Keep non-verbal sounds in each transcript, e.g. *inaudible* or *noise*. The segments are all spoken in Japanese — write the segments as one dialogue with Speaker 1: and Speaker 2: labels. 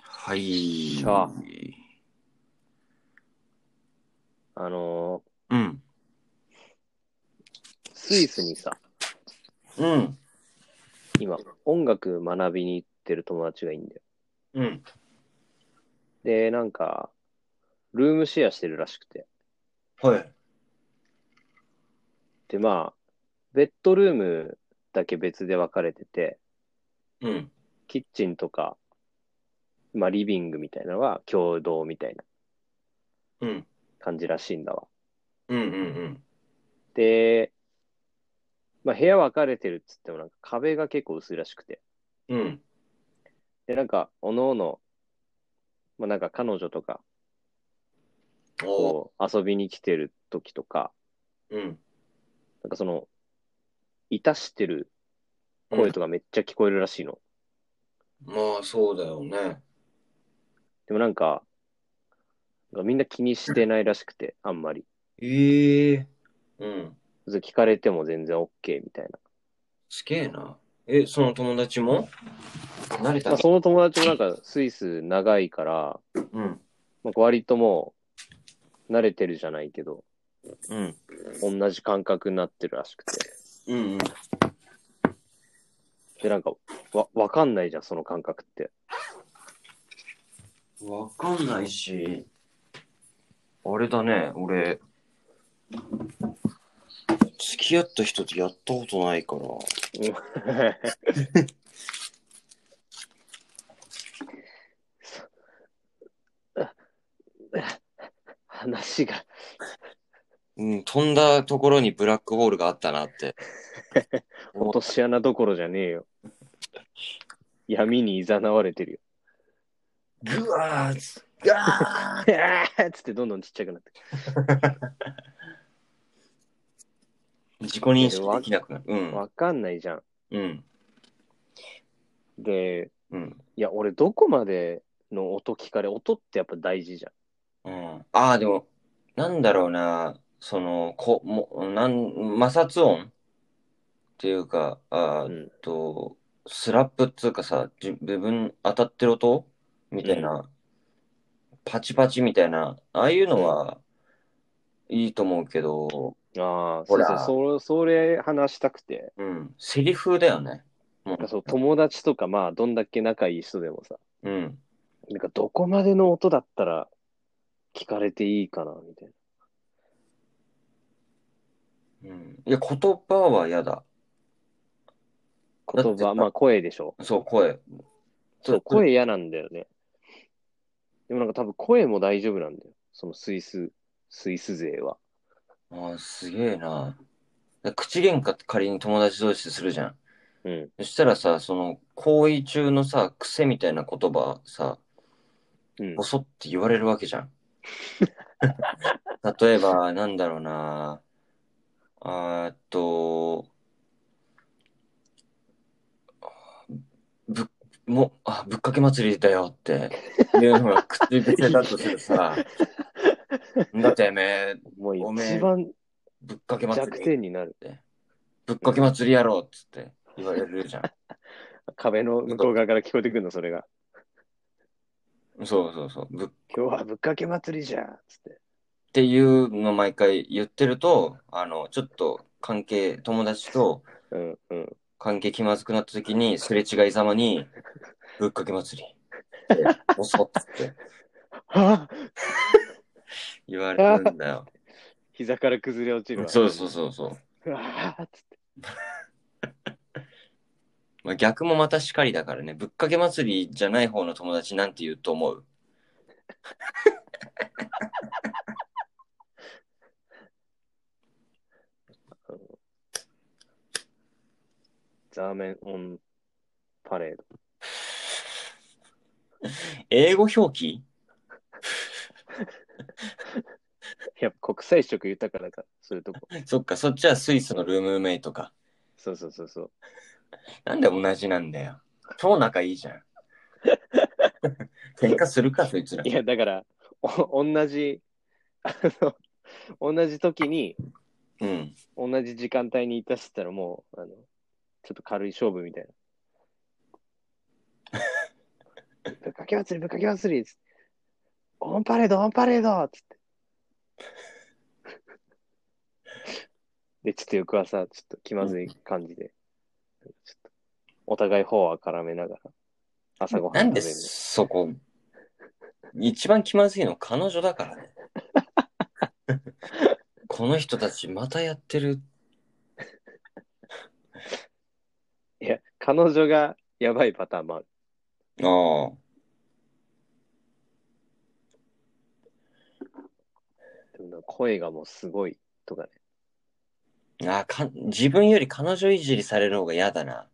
Speaker 1: はい。
Speaker 2: さあの
Speaker 1: うん。
Speaker 2: ースイスにさ、
Speaker 1: うん。
Speaker 2: 今、音楽学びに行ってる友達がいいんだよ。
Speaker 1: うん。
Speaker 2: で、なんか、ルームシェアしてるらしくて。
Speaker 1: はい。
Speaker 2: で、まあ、ベッドルームだけ別で分かれてて、
Speaker 1: うん。
Speaker 2: キッチンとか、まあ、リビングみたいなのは共同みたいな
Speaker 1: うん。
Speaker 2: 感じらしいんだわ。
Speaker 1: うんうん
Speaker 2: で、まあ、部屋分かれてるっつっても、なんか壁が結構薄いらしくて。
Speaker 1: うん。うん。
Speaker 2: で、なんか、おのおの、まあ、なんか彼女とか、
Speaker 1: お
Speaker 2: こう、遊びに来てる時とか、
Speaker 1: うん。
Speaker 2: なんかその、いたしてる声とかめっちゃ聞こえるらしいの。
Speaker 1: まあ、そうだよね。
Speaker 2: でもなんか、なんかみんな気にしてないらしくて、あんまり。
Speaker 1: ええうん。
Speaker 2: それ聞かれても全然 OK みたいな。
Speaker 1: すげえな。え、その友達も慣れた
Speaker 2: まあ、その友達もなんかスイス長いから、
Speaker 1: うん。
Speaker 2: まあ、割ともう慣れてるじゃないけど、
Speaker 1: うん。
Speaker 2: 同じ感覚になってるらしくて。
Speaker 1: うん。
Speaker 2: で、なんか、わ、わかんないじゃん、その感覚って。
Speaker 1: わかんないし、あれだね、俺、付き合った人とやったことないから。
Speaker 2: 話が、
Speaker 1: うん、飛んだところにブラックホールがあったなって。
Speaker 2: 落とし穴どころじゃねえよ。闇に誘われてるよ。
Speaker 1: ぐわーガー
Speaker 2: あーっつってどんどんちっちゃくなってく
Speaker 1: 自己認識できなくなる。うん
Speaker 2: る。。わかんないじゃん。
Speaker 1: うん。
Speaker 2: で、
Speaker 1: うん。
Speaker 2: いや、俺どこまでの音聞かれ、音ってやっぱ大事じゃん。
Speaker 1: うん、ああ、でも、なんだろうな、その、こ、も、なん、摩擦音っていうか、あー
Speaker 2: うん
Speaker 1: と、スラップっつうかさ、自自分当たってる音みたいな、パチパチみたいな、ああいうのは、いいと思うけど、
Speaker 2: ああ、
Speaker 1: ほ
Speaker 2: そう
Speaker 1: ら
Speaker 2: そう、そそれ話したくて。
Speaker 1: うん、セリフだよね。も
Speaker 2: なんかそう友達とか、まあ、どんだけ仲いい人でもさ、
Speaker 1: う、うん。
Speaker 2: なんかどこまでの音だったら聞かれていいかな、みたいな。
Speaker 1: うん、いや、言葉は嫌だ。
Speaker 2: 言葉、まあ声でしょ。
Speaker 1: そう、声。
Speaker 2: そう、声嫌なんだよね。でもなんか多分声も大丈夫なんだよ。そのスイス、スイス勢は。
Speaker 1: ああ、すげえな。口喧嘩って仮に友達同士でするじゃん。
Speaker 2: うん。
Speaker 1: そしたらさ、その、行為中のさ、癖みたいな言葉さ、
Speaker 2: うん
Speaker 1: ボ。ソって言われるわけじゃん。 *laughs* 例えば、なんだろうな。あーっと、ぶ、も、あ、ぶっかけ祭りだよっていうのが口癖だとする *laughs* さ、なんだてめえ、
Speaker 2: もう
Speaker 1: ごめ
Speaker 2: 一
Speaker 1: ん
Speaker 2: 番
Speaker 1: ぶっかけ祭
Speaker 2: 弱
Speaker 1: り。
Speaker 2: 点になる。
Speaker 1: ぶっかけ祭りやろうっつって言われるじゃ
Speaker 2: *laughs*
Speaker 1: ん。
Speaker 2: 壁の向こう側から聞こえてくるの、それが。
Speaker 1: そうそうそう。ぶっ
Speaker 2: 今日はぶっかけ祭りじゃんつって。
Speaker 1: ていうの毎回言ってると、あの、ちょっと関係、友達と
Speaker 2: うんうん。
Speaker 1: 関係気まずくなった時に、すれ違いざまに、ぶっかけ祭り
Speaker 2: *laughs*
Speaker 1: って、おそっつって
Speaker 2: はぁ
Speaker 1: 言われるんだ
Speaker 2: *laughs*
Speaker 1: よ。
Speaker 2: 膝から崩れ落ちるわ。
Speaker 1: そうそうそうそう。
Speaker 2: うわーっつって。
Speaker 1: まあ、逆もまたしかりだからね、ぶっかけ祭りじゃない方の友達なんて言うと思う。
Speaker 2: ザーメンオンパレード。
Speaker 1: 英語表記
Speaker 2: やっぱ国際色豊かだから、そういうとこ。
Speaker 1: そっか、そっちはスイスのルームメイトか。
Speaker 2: そうそうそうそう。
Speaker 1: なんで同じなんだよ。超仲いいじゃん。喧嘩するか、そいつら
Speaker 2: い。や、だから、お同じ、あの、同じ時に、
Speaker 1: うん。
Speaker 2: 同じ時間帯にいたしてたらもう、あの、ちょっと軽い勝負みたいな。ぶっかけ祭り、ぶっかけ祭りっつってオンパレード、オンパレードっつって。で、ちょっと翌朝、ちょっと気まずい感じで、ちょっと、お互い頬は絡めながら、朝ごはん
Speaker 1: なん
Speaker 2: 食べ
Speaker 1: で
Speaker 2: る。
Speaker 1: そこ、一番気まずいの彼女だからね。この人たちまたやってる。
Speaker 2: いや、彼女がやばいパターンもある。
Speaker 1: ああ。
Speaker 2: でも声がもうすごいとかね。
Speaker 1: ああか自分より彼女いじりされる方が嫌だな。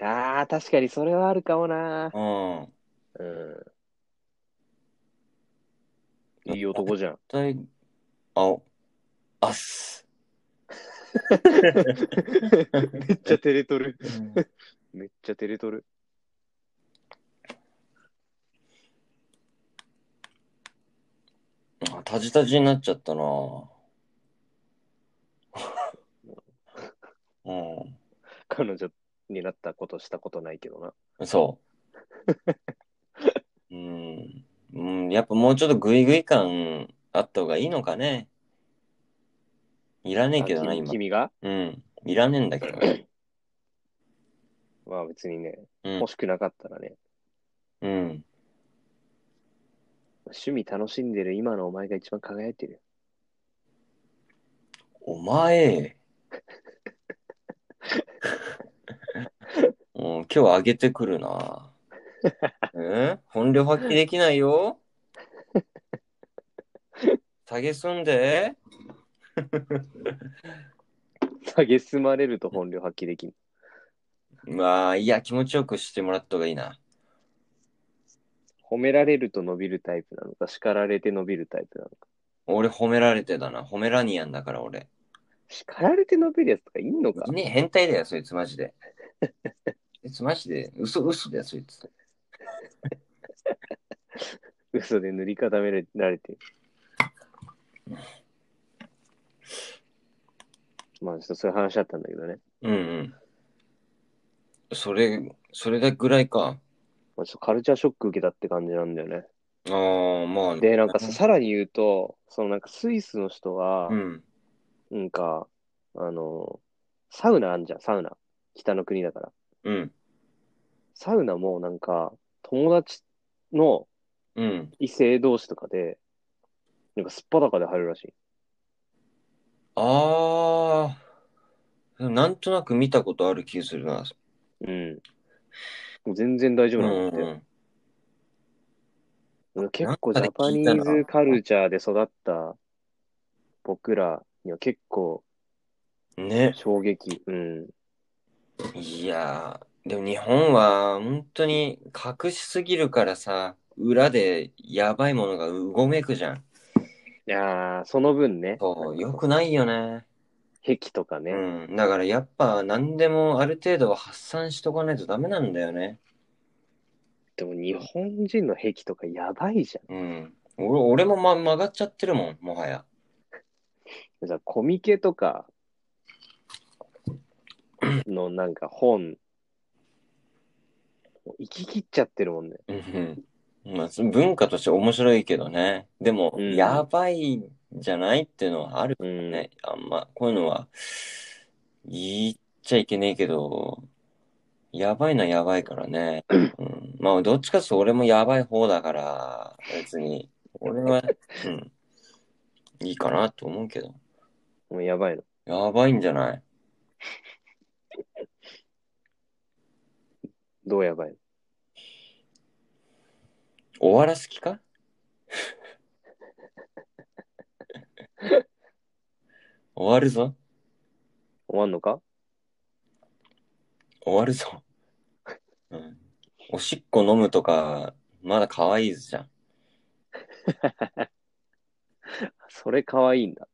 Speaker 2: ああ、確かにそれはあるかもな。
Speaker 1: うん。
Speaker 2: うん。いい
Speaker 1: *laughs*
Speaker 2: 男じゃん。
Speaker 1: 絶対、あ、あっす。
Speaker 2: めっちゃ照れとる。めっちゃ照れとる。
Speaker 1: あタジタジになっちゃったな。 *laughs* う
Speaker 2: 彼女になったことしたことないけどな。
Speaker 1: ん、そう。うん、うん、やっぱもうちょっとグイグイ感あった方がいいのかね。いらねえけどな、
Speaker 2: あ君
Speaker 1: 今。
Speaker 2: 君が
Speaker 1: うん、いらねえんだけど。
Speaker 2: まあ別にね、
Speaker 1: うん
Speaker 2: 欲、しくなかったらね、
Speaker 1: うん、
Speaker 2: 趣味楽しんでる今のお前が一番輝いてるよ。
Speaker 1: お前。うん、今日上げてくるな。え本領発揮できないよ。下げすんで。
Speaker 2: 下げすまれると本領発揮できる。
Speaker 1: まあ、いや、気持ちよくしてもらった方がいいな。
Speaker 2: 褒められると伸びるタイプなのか、叱られて伸びるタイプなのか。
Speaker 1: 俺褒められてだな。褒めらニアンだから俺。
Speaker 2: 叱られて伸びるやつとかいんのか
Speaker 1: いねえ変態だよ、そいつマジで。そいつマジで、嘘嘘だよ、そいつ。
Speaker 2: 嘘で塗り固められて。まあ、ちょっとそういう話だったんだけどね。
Speaker 1: うんうん。それ、それだぐらいか。
Speaker 2: まあ、ちょっとカルチャーショック受けたって感じなんだよね。
Speaker 1: ああ、まあ。
Speaker 2: で、なんかささらに言うと、そのなんかスイスの人は
Speaker 1: う、ん。
Speaker 2: なんか、あの、サウナあんじゃん、サウナ。北の国だから。
Speaker 1: うん。
Speaker 2: サウナもなんか、友達の
Speaker 1: うん。
Speaker 2: 異性同士とかで、なんかすっぱだかで入るらしい。
Speaker 1: ああ。なんとなく見たことある気するな。
Speaker 2: うん。もう全然大丈
Speaker 1: う
Speaker 2: 夫
Speaker 1: ん
Speaker 2: な
Speaker 1: うん
Speaker 2: だって。
Speaker 1: ん。
Speaker 2: うん結構ジャパニーズカルチャーで育った僕らには結構
Speaker 1: ね。
Speaker 2: 衝撃。うん。
Speaker 1: いやー、でも日本は本当に隠しすぎるからさ、裏でやばいものがうごめくじゃん。
Speaker 2: いやー、その分ね。
Speaker 1: そう、
Speaker 2: なん
Speaker 1: よ
Speaker 2: か
Speaker 1: くないよね。
Speaker 2: 癖とかね。
Speaker 1: うん。だからやっぱ何でもある程度は発散しとかないとダメなんだよね。
Speaker 2: でも日本人の癖とかやばいじ
Speaker 1: うん。俺俺も、ま、曲がっちゃってるもん、もはや。
Speaker 2: ゃん。じゃあコミケとかのなんか本、もう行き切っちゃってるもんね。
Speaker 1: うんうん。まあ、その文化として面白いけどね。でも、
Speaker 2: うん
Speaker 1: やばいんじゃないっていうのはある
Speaker 2: うん。
Speaker 1: ね。あんま、こういうのは、言っちゃいけねえけど、やばいのはやばいからね。うん、まあ、どっちかっていうと俺もやばい方だから、別に。俺は、うん。いいかなと思うけど。
Speaker 2: もうやばいの。
Speaker 1: やばいんじゃない
Speaker 2: どうやばいの
Speaker 1: 終わらす気
Speaker 2: *laughs*
Speaker 1: か終わるぞ。
Speaker 2: 終わんのか
Speaker 1: 終わるぞ。うん。おしっこ飲むとか、まだ可愛いじゃん。
Speaker 2: それかわいいんだ。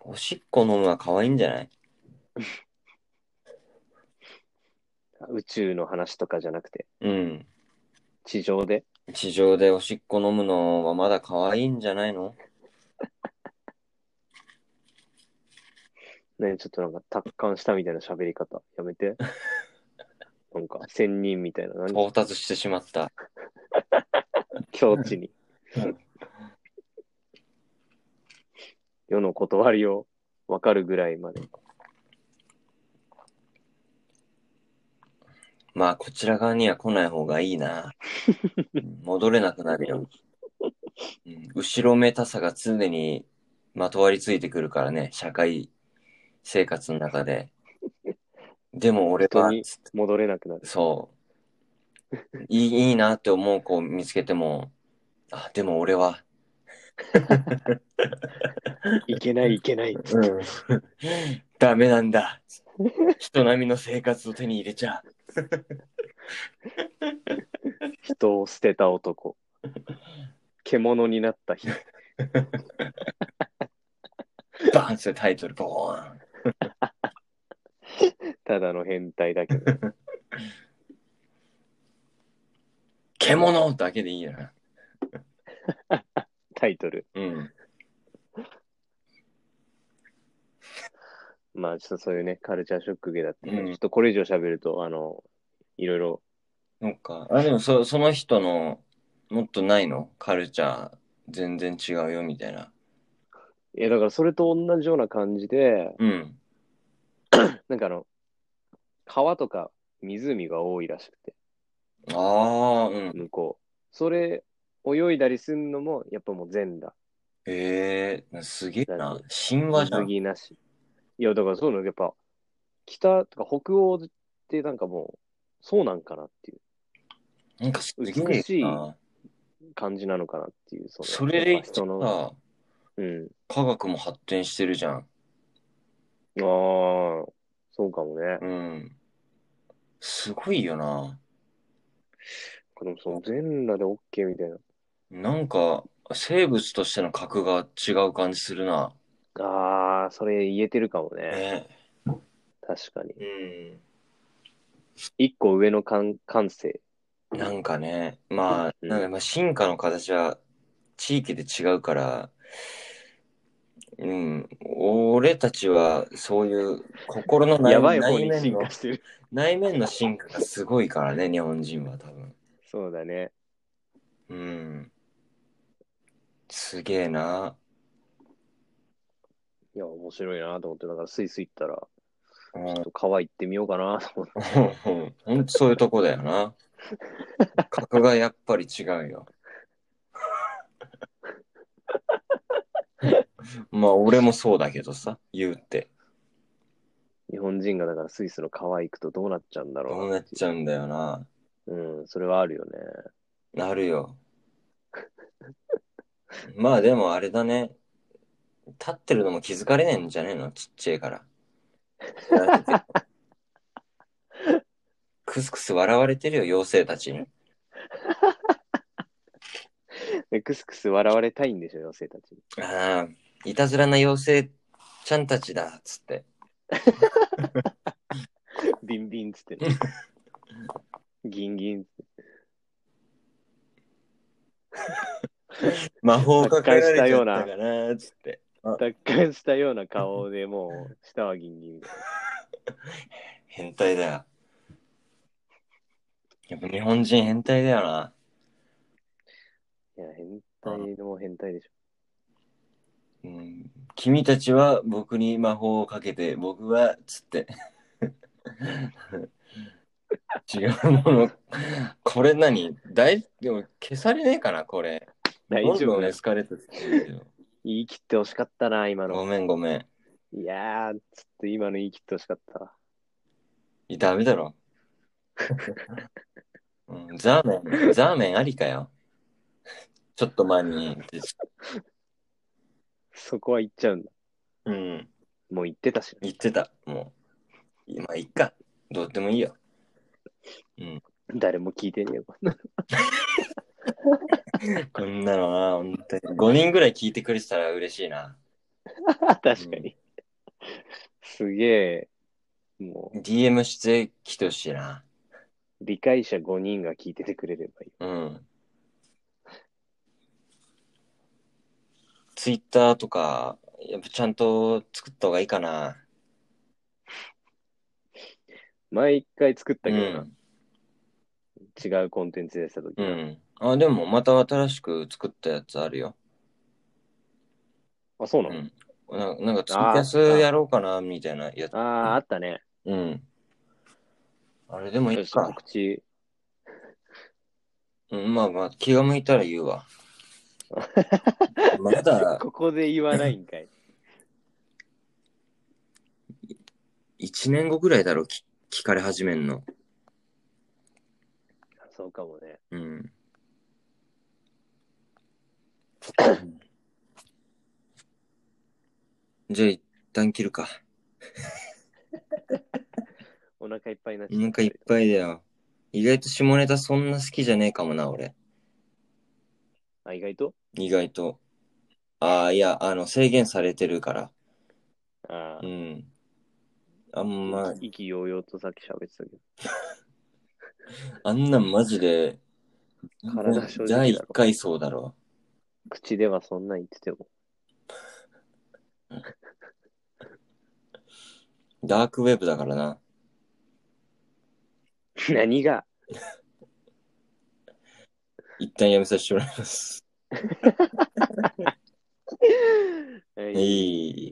Speaker 1: おしっこ飲むは可愛いんじゃない
Speaker 2: 宇宙の話とかじゃなくて、
Speaker 1: うん。
Speaker 2: 地上で。
Speaker 1: 地上でおしっこ飲むのはまだ可愛いんじゃないの
Speaker 2: ね、ちょっとなんか達観したみたいな喋
Speaker 1: *laughs*
Speaker 2: り方。やめて。なんか、仙人みたいな。何
Speaker 1: 到達してしまった。
Speaker 2: 境
Speaker 1: *laughs*
Speaker 2: 地に
Speaker 1: うん。
Speaker 2: 世の断りを分かるぐらいまで。
Speaker 1: まあ、こちら側には来ない方がいい *laughs* な。うん戻れなくなるよ。うん後ろめたさが常にまとわりついてくるからね、社会生活の中で。でも俺は
Speaker 2: 人、に戻れなくなる。
Speaker 1: そう。いい、 *laughs* いいなって思う子を見つけても、あ、でも俺は、
Speaker 2: いけない、いけない。
Speaker 1: *laughs* ダメなんだ。人並みの生活を手に入れちゃ
Speaker 2: 人を捨てた男。獣になった日。
Speaker 1: う。バーンってタイトル、ボーン。
Speaker 2: ただの変態だけど。
Speaker 1: 獣だけでいいよな。
Speaker 2: タイトル。
Speaker 1: うん。
Speaker 2: まあ、ちょっとそういうね、カルチャーショック系だって、
Speaker 1: うん
Speaker 2: ちょっとこれ以上喋ると、あの、いろいろ、
Speaker 1: なんか、あ、でもそ、その人の、もっとないのカルチャー、全然違うよ、みたいな。
Speaker 2: え、だからそれと同じような感じで、
Speaker 1: うん。
Speaker 2: なんかあの、川とか湖が多いらしくて、
Speaker 1: ああ、うん。
Speaker 2: 向こう。それ、泳いだりするのも、やっぱもう全裸。
Speaker 1: ええすげえな
Speaker 2: だっ。
Speaker 1: 神話じゃ
Speaker 2: 水
Speaker 1: ん。
Speaker 2: 着なし。いや、だからそういうの、やっぱ、北とか北欧ってなんかもう、そうなんかなっていう
Speaker 1: なんかすげえな。
Speaker 2: 美しい感じなのかなっていう、その
Speaker 1: それで言っ
Speaker 2: やっぱ
Speaker 1: て
Speaker 2: 人の、
Speaker 1: さ、
Speaker 2: うん。
Speaker 1: 科学も発展してるじゃん。
Speaker 2: ああ、そうかもね。
Speaker 1: うん。すごいよな。
Speaker 2: このそう全裸で OK みたいな。
Speaker 1: なんか、生物としての格が違う感じするな。
Speaker 2: ああ、それ言えてるかもね。
Speaker 1: ね。
Speaker 2: 確かに。
Speaker 1: うん。
Speaker 2: 一個上の感感性。
Speaker 1: なんかね、まあ、
Speaker 2: うん
Speaker 1: なんかまあ進化の形は地域で違うから、うん、俺たちはそういう心の内
Speaker 2: やばい方
Speaker 1: 内
Speaker 2: に
Speaker 1: 面
Speaker 2: 進
Speaker 1: の
Speaker 2: 化してる。
Speaker 1: 内面の進化がすごいからね、日本人は多分。
Speaker 2: そうだね。
Speaker 1: うん。すげえな。
Speaker 2: いや、面白いなと思って、だからスイス行ったら、ち
Speaker 1: うん
Speaker 2: ょっと川行ってみようかな *laughs* と思って。
Speaker 1: うん *laughs* ほんとそういうとこだよな。格がやっぱり違うよ。 *laughs* まあ俺もそうだけどさ、言うって。
Speaker 2: 日本人がだからスイスの川行くとどうなっちゃうんだろう
Speaker 1: どうなっちゃうんだよな。
Speaker 2: うん、それはあるよね。
Speaker 1: なるよ。まあでもあれだね。立ってるのも気づかれねえんじゃねえのちっちゃいから。クスクス笑われてるよ、妖精たちに。
Speaker 2: でクスクス笑われたいんでしょ、妖精たちに。
Speaker 1: ああ、いたずらな妖精ちゃんたちだ、つって。
Speaker 2: ビンビンっつっ
Speaker 1: *laughs*
Speaker 2: てね。ギンギンっつって。
Speaker 1: 魔法をかけられちゃったかな、つって。
Speaker 2: 奪還したような顔でもう、下はギンギン。
Speaker 1: 変態だよ。やっぱ日本人変態だよな。
Speaker 2: いや、変態でも変態でしょ。
Speaker 1: うん、君たちは僕に魔法をかけて、僕は、つって。 *laughs* 違うもの。これ何大でも消されねえかな、これ。
Speaker 2: 大
Speaker 1: どん
Speaker 2: 丈
Speaker 1: ど
Speaker 2: 夫
Speaker 1: んエ
Speaker 2: です。
Speaker 1: スカレートしてるけど。
Speaker 2: 言い切ってほしかったな、今
Speaker 1: ご
Speaker 2: の。
Speaker 1: めんごめん
Speaker 2: いやー、ちょっと今の言い切ってほしかったわ。
Speaker 1: いやダメだろ。うん、ザーメン、ザーメンありかよ。ちょっと前に。
Speaker 2: そこは言っちゃうんだ。
Speaker 1: うん、
Speaker 2: もう言ってたし。
Speaker 1: 言ってた。もう。まあ、いっか。どうでもいいよ。うん。
Speaker 2: 誰も聞いてねえわ。
Speaker 1: こんなのな、本当に。5人ぐらい聞いてくれてたら嬉しいな。 *laughs*
Speaker 2: 確かに。すげえ、も
Speaker 1: DM してきてほしいな。
Speaker 2: う、理解者5人が聞いててくれればいい。
Speaker 1: うん。Twitter とか、やっぱちゃんと作った方がいいかな。
Speaker 2: 毎回作ったけど
Speaker 1: う
Speaker 2: な。
Speaker 1: ん
Speaker 2: 違うコンテンツでした時、
Speaker 1: うん。あ、でもまた新しく作ったやつあるよ。
Speaker 2: あ、そうな
Speaker 1: う
Speaker 2: の、
Speaker 1: ん。ななんかツイキャスやろうかな、みたいなやつ。
Speaker 2: ああ、あったね。
Speaker 1: うん。あれでもいいか。
Speaker 2: 告知。
Speaker 1: うん、まあまあ、気が向いたら言うわ。まだ
Speaker 2: ここで言わないんかい。 *laughs*
Speaker 1: 1年後ぐらいだろ、き聞かれ始めんの。
Speaker 2: そうかもね。
Speaker 1: うん。じゃあ、一旦切るか。
Speaker 2: お腹いっぱいになっちゃ
Speaker 1: お腹いっぱいだよ。意外と下ネタそんな好きじゃねえかもな、俺。
Speaker 2: あ、意外と
Speaker 1: 意外と。ああ、いや、あの、制限されてるから。
Speaker 2: あ
Speaker 1: う
Speaker 2: あ、
Speaker 1: ん。あんま、
Speaker 2: 意気揚々とさっき喋ってたけど。
Speaker 1: あんなんマジで、
Speaker 2: 体正直だろ
Speaker 1: 第一回そうだろ。
Speaker 2: 口ではそんなん言ってても。 *laughs*
Speaker 1: ダークウェブだからな。
Speaker 2: 何が
Speaker 1: 一旦やめさせてもらいます。
Speaker 2: えー
Speaker 1: いい。